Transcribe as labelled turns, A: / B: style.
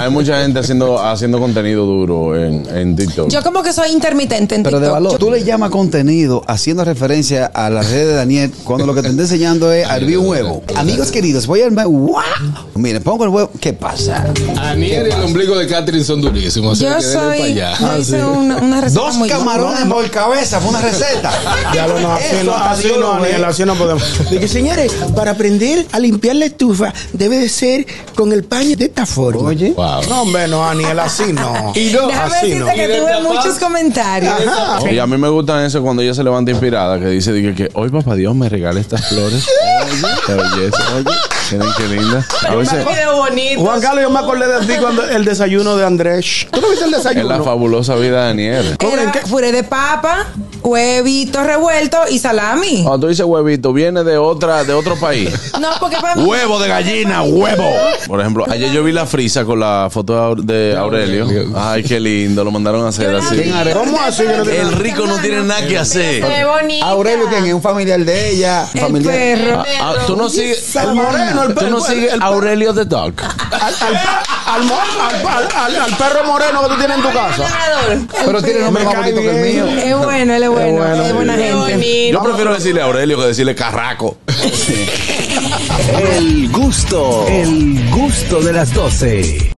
A: hay mucha gente haciendo, haciendo contenido duro en, en TikTok.
B: Yo como que soy intermitente en
C: Pero de
B: TikTok.
C: valor.
B: Yo-
C: Tú le llamas contenido haciendo referencia a las redes de Daniel cuando lo que te está enseñando es hervir un huevo. Amigos queridos, voy a armar. ¡Wow! Mire, pongo el huevo. ¿Qué pasa?
D: Pues
E: Aniel y el ombligo de Catherine son durísimos. así
B: Yo
E: que denle
B: soy.
E: pa' allá.
B: Yo hice una, una receta
C: Dos
B: muy
C: camarones por cabeza, fue una receta.
D: Ya lo no, así
C: Eso
D: no, así
C: Daniel
D: no, eh.
C: lo ve.
D: Daniel, así no podemos.
F: Dije, señores, para aprender a limpiar la estufa debe de ser con el paño de esta forma. Oye.
E: Wow.
D: No, hombre, no, Daniel, así no.
E: Y no,
B: Déjame
D: así
B: decirte
D: no. Ah,
B: que
E: Y de
B: tuve
E: tapar-
B: muchos comentarios.
A: Y a mí me gustan eso cuando ella se levanta inspirada, que dice dije, que hoy papá Dios me regala estas flores. Qué belleza. Miren qué linda. A veces
B: video bonito.
D: Juan Carlos, yo me acordé de ti cuando el desayuno de Andrés. ¿Tú no viste el
A: es la
D: desayuno?
A: fabulosa vida de Daniel.
D: Cobren,
B: Era
D: ¿qué?
B: puré de papa, huevito revuelto y salami.
A: Cuando tú dices huevito, viene de otra, de otro país.
B: No, porque para mí-
A: Huevo de gallina, huevo. Por ejemplo, ayer yo vi la frisa con la foto de Aure- de Aurelio. Ay, qué lindo, lo mandaron a hacer así.
D: ¿Cómo así? Yo no te-
A: El rico no tiene nada que hacer.
G: bonito.
C: Aurelio, ¿quién es un familiar de ella?
B: El
C: familiar.
B: perro.
A: Ah, tú no sigues.
D: El moreno, el
A: Tú
D: perro.
A: no sigues Aurelio the Dog.
D: Al, al- al mo- al- al- al perro moreno que tú tienes en tu casa.
C: Pero tiene nombre
D: Me
C: más
D: cae
C: bonito que el
D: bien.
C: mío.
B: Es bueno, él es bueno.
D: bueno,
B: es buena
D: sí.
B: gente.
A: Yo prefiero decirle Aurelio que decirle Carraco.
H: El gusto, el gusto de las 12.